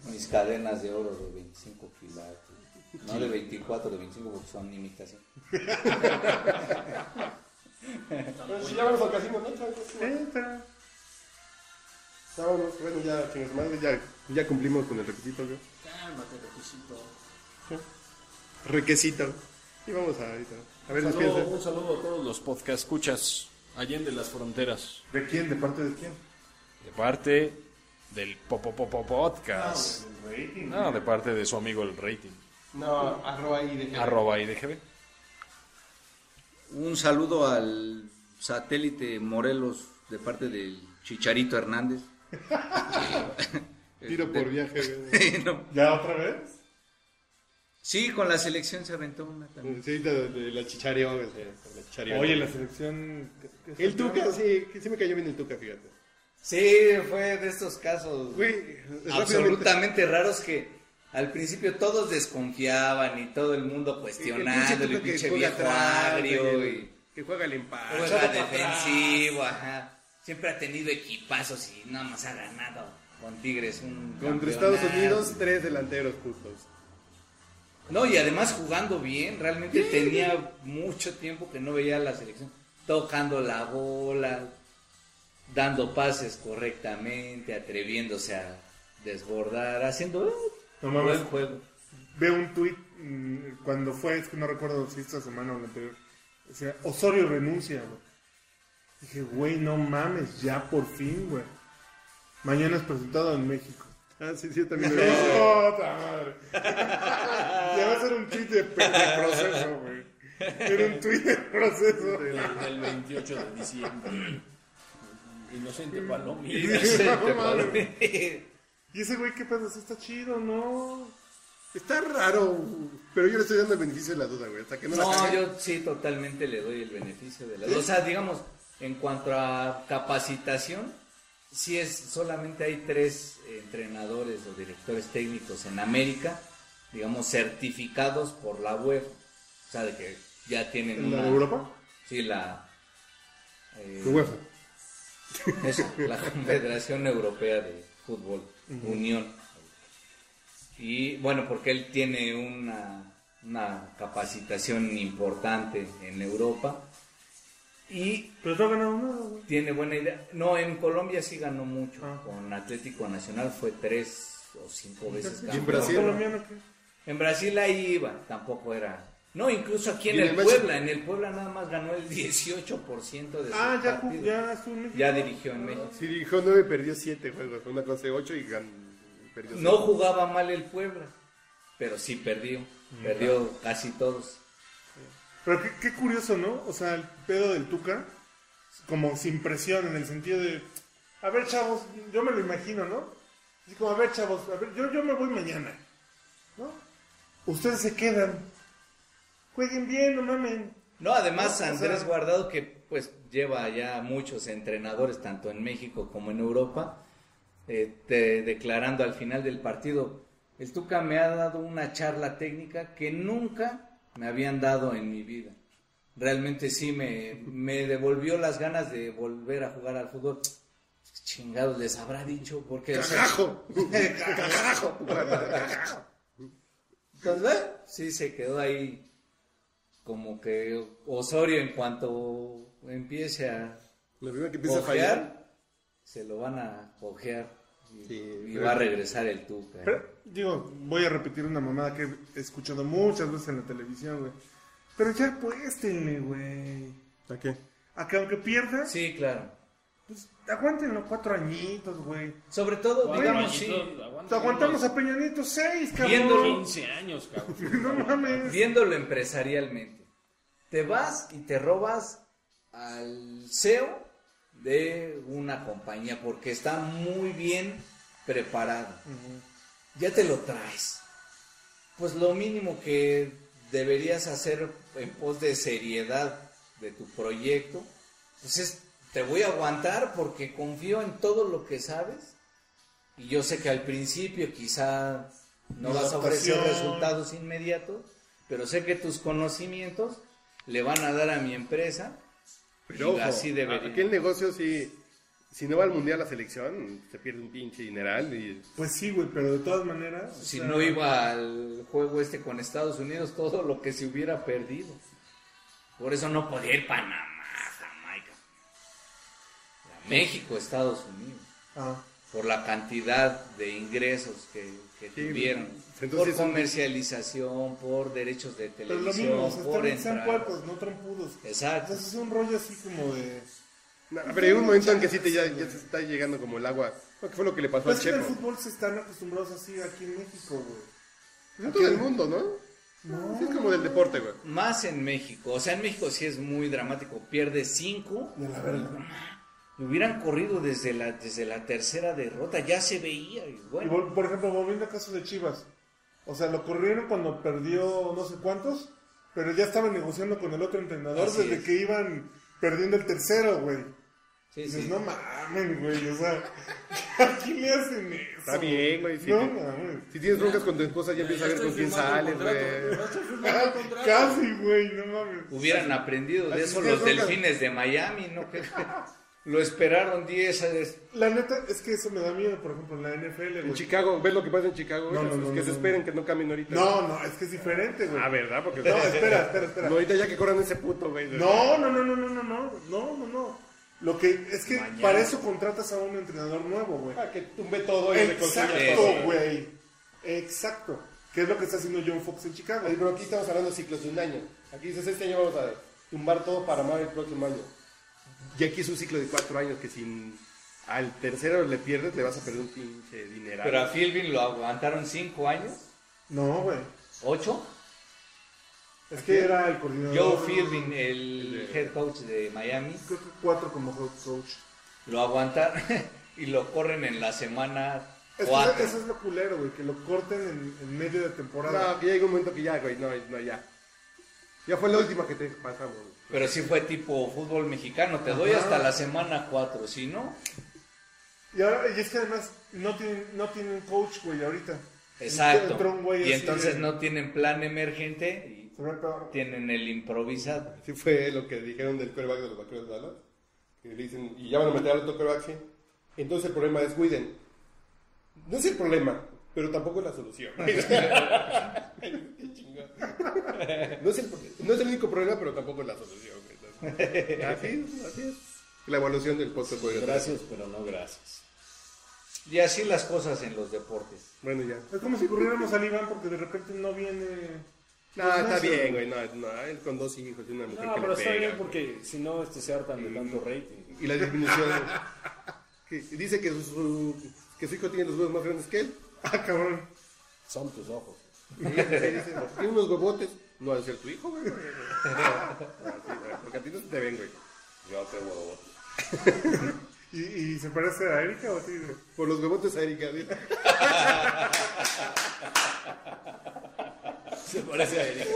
mis cadenas de oro de 25 kilates, no de 24, de 25 porque son imitación. Bueno, si ya vamos al casino, ¿no? Ya, ya, ya. Eh, pero- Ya vamos, bueno, ya, chingas madre, ya, ya cumplimos con el requisito, güey. Cálmate, loquicito. Requisito. Y vamos a ahorita. A ver, Saludo, despídense. un saludo a todos los podcast escuchas allende las fronteras ¿De quién? ¿De parte de quién? de parte del Popo Popo Podcast. No, de parte de su amigo el rating. No, arroba ahí de Arroba IDGB. Un saludo al satélite Morelos de parte del Chicharito Hernández. (laughs) Tiro por (laughs) viaje, güey. No. ¿Ya otra vez? Sí, con la selección se aventó una también. Sí, de, de la chichareó, güey. de la chichareó. Oye, la selección. ¿qué- qué El selección? Tuca, sí, que sí me cayó bien el Tuca, fíjate. Sí, fue de estos casos Güey, rápidamente. absolutamente raros que al principio todos desconfiaban y todo el mundo cuestionando el, Tuca pinche juega viejo atrás, agrio güey, y Que juega el empate. juega defensivo, ajá. Siempre ha tenido equipazos y nada más ha ganado con Tigres un Contra campeonato. Estados Unidos, tres delanteros justos. No, y además jugando bien, realmente tenía mucho tiempo que no veía a la selección tocando la bola, dando pases correctamente, atreviéndose a desbordar, haciendo eh, No mames. buen juego. (laughs) Veo un tuit mm, cuando fue, es que no recuerdo si esta semana o la anterior. Decía, Osorio renuncia, güey. Dije, güey, no mames, ya por fin, güey. Mañana es presentado en México. Ah, sí, sí, (laughs) yo también lo vi. ¡Puta madre! ya va a ser un tuit de, pe- de proceso, güey. Era un tuit de proceso. Del, del 28 de diciembre. Inocente Y palomita. dije, no Te mames. (laughs) paro. Y ese güey, ¿qué pasa? ¿Sí está chido, ¿no? Está raro, pero yo le estoy dando el beneficio de la duda, güey. Hasta que no, la No, cague. yo sí totalmente le doy el beneficio de la duda. O sea, digamos, en cuanto a capacitación, sí es, solamente hay tres entrenadores o directores técnicos en América, digamos, certificados por la web. O sea, de que ya tienen ¿En la una... de Europa? Sí, la... eh, Tu UEFA. eso, la Confederación Europea de Fútbol, Unión. Y bueno, porque él tiene una, una capacitación importante en Europa y Pero no ha ganado nada, güey. tiene buena idea. No, en Colombia sí ganó mucho. Ah. Con Atlético Nacional fue tres o cinco veces en campeón. Brasil? ¿Un colombiano qué? En Brasil ahí iba, tampoco era. No, incluso aquí en ¿Y en el, el Manchester? Puebla, en el Puebla nada más ganó el 18% de su Ah, ya, ju- partido. ya estuvo en México. ya dirigió en México. Si dijo nueve, perdió siete juegos. Una clase ocho y gan... perdió No siete. jugaba mal el Puebla. pero sí perdió. Perdió casi todos. Pero qué, qué curioso, ¿no? O sea, el pedo del Tuca, como sin presión, en el sentido de, a ver, chavos, yo me lo imagino, ¿no? Así como, a ver, chavos, a ver, yo, yo me voy mañana, ¿no? Ustedes se quedan. Jueguen bien, no mamen. No, además No, o Andrés sea- Guardado que pues lleva ya muchos entrenadores tanto en México como en Europa eh, te- declarando al final del partido, el Tuca me ha dado una charla técnica que nunca me habían dado en mi vida. Realmente sí me, me devolvió las ganas de volver a jugar al fútbol. Chingados les habrá dicho porque o sea, (laughs) ¡Carajo! ¡Carajo! Pues ve, sí se quedó ahí como que Osorio en cuanto empiece a La primera que empieza a fallar. cojear, se lo van a cojear y, Sí, y pero- va a regresar el Tuca. ¿eh? Pero, digo, voy a repetir una mamada que he escuchado muchas veces en la televisión, güey. Pero ya apuéstenle, güey. ¿A qué? A que aunque pierda, Sí, claro. pues aguántenlo cuatro añitos, güey. Sobre todo, digamos, sí, Te aguantamos a Peñanito seis, cabrón. Viéndolo. 15 años, cabrón. (laughs) No mames. viéndolo empresarialmente. Te vas y te robas al CEO de una compañía porque está muy bien preparado. Ya te lo traes. Pues lo mínimo que deberías hacer en pos de seriedad de tu proyecto, pues es, te voy a aguantar porque confío en todo lo que sabes y yo sé que al principio quizá no vas a ofrecer Adaptación. resultados inmediatos, pero sé que tus conocimientos le van a dar a mi empresa. Pero Pues ojo, y así debería. aquel negocio sí... Si no va al mundial la selección, se pierde un pinche dineral y Pues sí, güey, pero de todas maneras. o Si sea, no iba al juego este con Estados Unidos, (laughs) todo lo que se hubiera perdido. Por eso no podía ir Panamá, Jamaica. A México, Estados Unidos. Ah, Por la cantidad de ingresos que, que tuvieron. entonces- por comercialización, por derechos de pero televisión, lo mismo, o sea, por están, sean entradas. puercos, no trompudos. Exacto. Entonces es un rollo así como de. No, pero hay un momento en que sí te ya, ya te está llegando como el agua. ¿Qué fue lo que le pasó Pues al que en el Checo? fútbol se están acostumbrados así aquí en México, güey. En todo el mundo, ¿no? Sí, es como del deporte, güey. Más en México. O sea, en México sí es muy dramático. Pierde cinco. De la verga. Lo hubieran corrido desde la, desde la tercera derrota. Ya se veía. y Y bueno. vol- por ejemplo, volviendo al caso de Chivas. O sea, lo corrieron cuando perdió no sé cuántos, pero ya estaban negociando con el otro entrenador Así desde es. que iban perdiendo el tercero, güey. Sí, Y sí. dices, no mames, güey, o sea, (laughs) ¿a quién le hacen eso? Está bien, güey. Si, No te- mames. si tienes broncas con tu esposa, ya empiezas a ver estoy con quién firmando sales, contrato, güey. ya estoy firmando el contrato. Casi, güey, no mames. Hubieran aprendido de así eso que los nunca- delfines de Miami, ¿no? Que- (laughs) lo esperaron 10 años. La neta es que eso me da miedo, por ejemplo, en la NFL, En güey. Chicago, ¿ves lo que pasa en Chicago? güey? No, no, Los no, que no, se no. esperen que no cambien ahorita. No, no, es que es diferente, güey. Ah, ¿verdad? Porque No, espera, espera, espera. (laughs) No, ahorita ya que corran ese puto, güey. No, no, no, no, no, no, no, no, no, no. Lo que es que para eso contratas a un entrenador nuevo, güey. Ah, que tumbe todo reconstruya Exacto, todo. güey. Exacto. ¿Qué es lo que está haciendo John Fox en Chicago? Pero aquí estamos hablando de ciclos de un año. Aquí dices, este año vamos a tumbar todo para amar el próximo año. Y aquí es un ciclo de cuatro años que sin al tercero le pierdes, le vas a perder un pinche dineral. Pero a Philbin lo aguantaron 5 años, No, güey. 8. Es que era el coordinador. Joe Philbin, el head coach de Miami, Creo que cuatro como head coach. lo aguantaron (laughs) y lo corren en la semana Es que eso, 4. eso es lo culero, güey. Que lo corten en, en medio de temporada. No, que ya llega un momento que ya, güey, no, no, ya. Ya fue la última que te pasamos. güey. Pero sí fue tipo fútbol mexicano, te doy Ajá. hasta la semana 4, si no, Y, ahora, y es que además no tienen, no tienen coach, güey, ahorita. exacto. Entró un güey Y así entonces de- no tienen plan emergente y Se ve peor. tienen el improvisado. Sí fue lo que dijeron del quarterback de los vaqueros de Dallas. Que le dicen, y ya van a meter al otro quarterback, sí. Entonces el problema es Widen. No es el problema, pero tampoco es la (laughs) solución. Qué chingón. no, es el, no es el único problema, pero tampoco es la solución. güey. (laughs) Entonces, Así es, así es. La evaluación del post Gracias, pero no gracias. Y así las cosas en los deportes. Bueno, ya. Pues, Es como si corriéramos al Iván porque de repente no viene. No, Pues está eso. bien, güey. No, no, él con dos hijos y una mujer No, que pero le está pega. bien porque si no, este se hartan de tanto rating. Y la disminución. que dice que su, que su hijo tiene los huevos más grandes que él. Ah, cabrón. Son tus ojos. Tiene unos huevotes. No ha de ser tu hijo, güey. Así, güey, Porque a ti no se te ven, güey. Yo tengo huevotes. ¿Y, y se parece a Erika o a ti? güey? Por los huevotes a Erika, güey. Se parece a (laughs) Erika.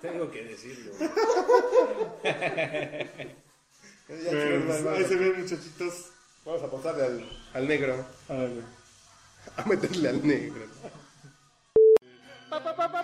Tengo que decirlo. güey. Ya, Pero, chicos, pues, vale, ahí se vale. ven muchachitos. Vamos a apostarle al, al Ah, negro. A ver, güey. A meterle al negro. pa pa pa pa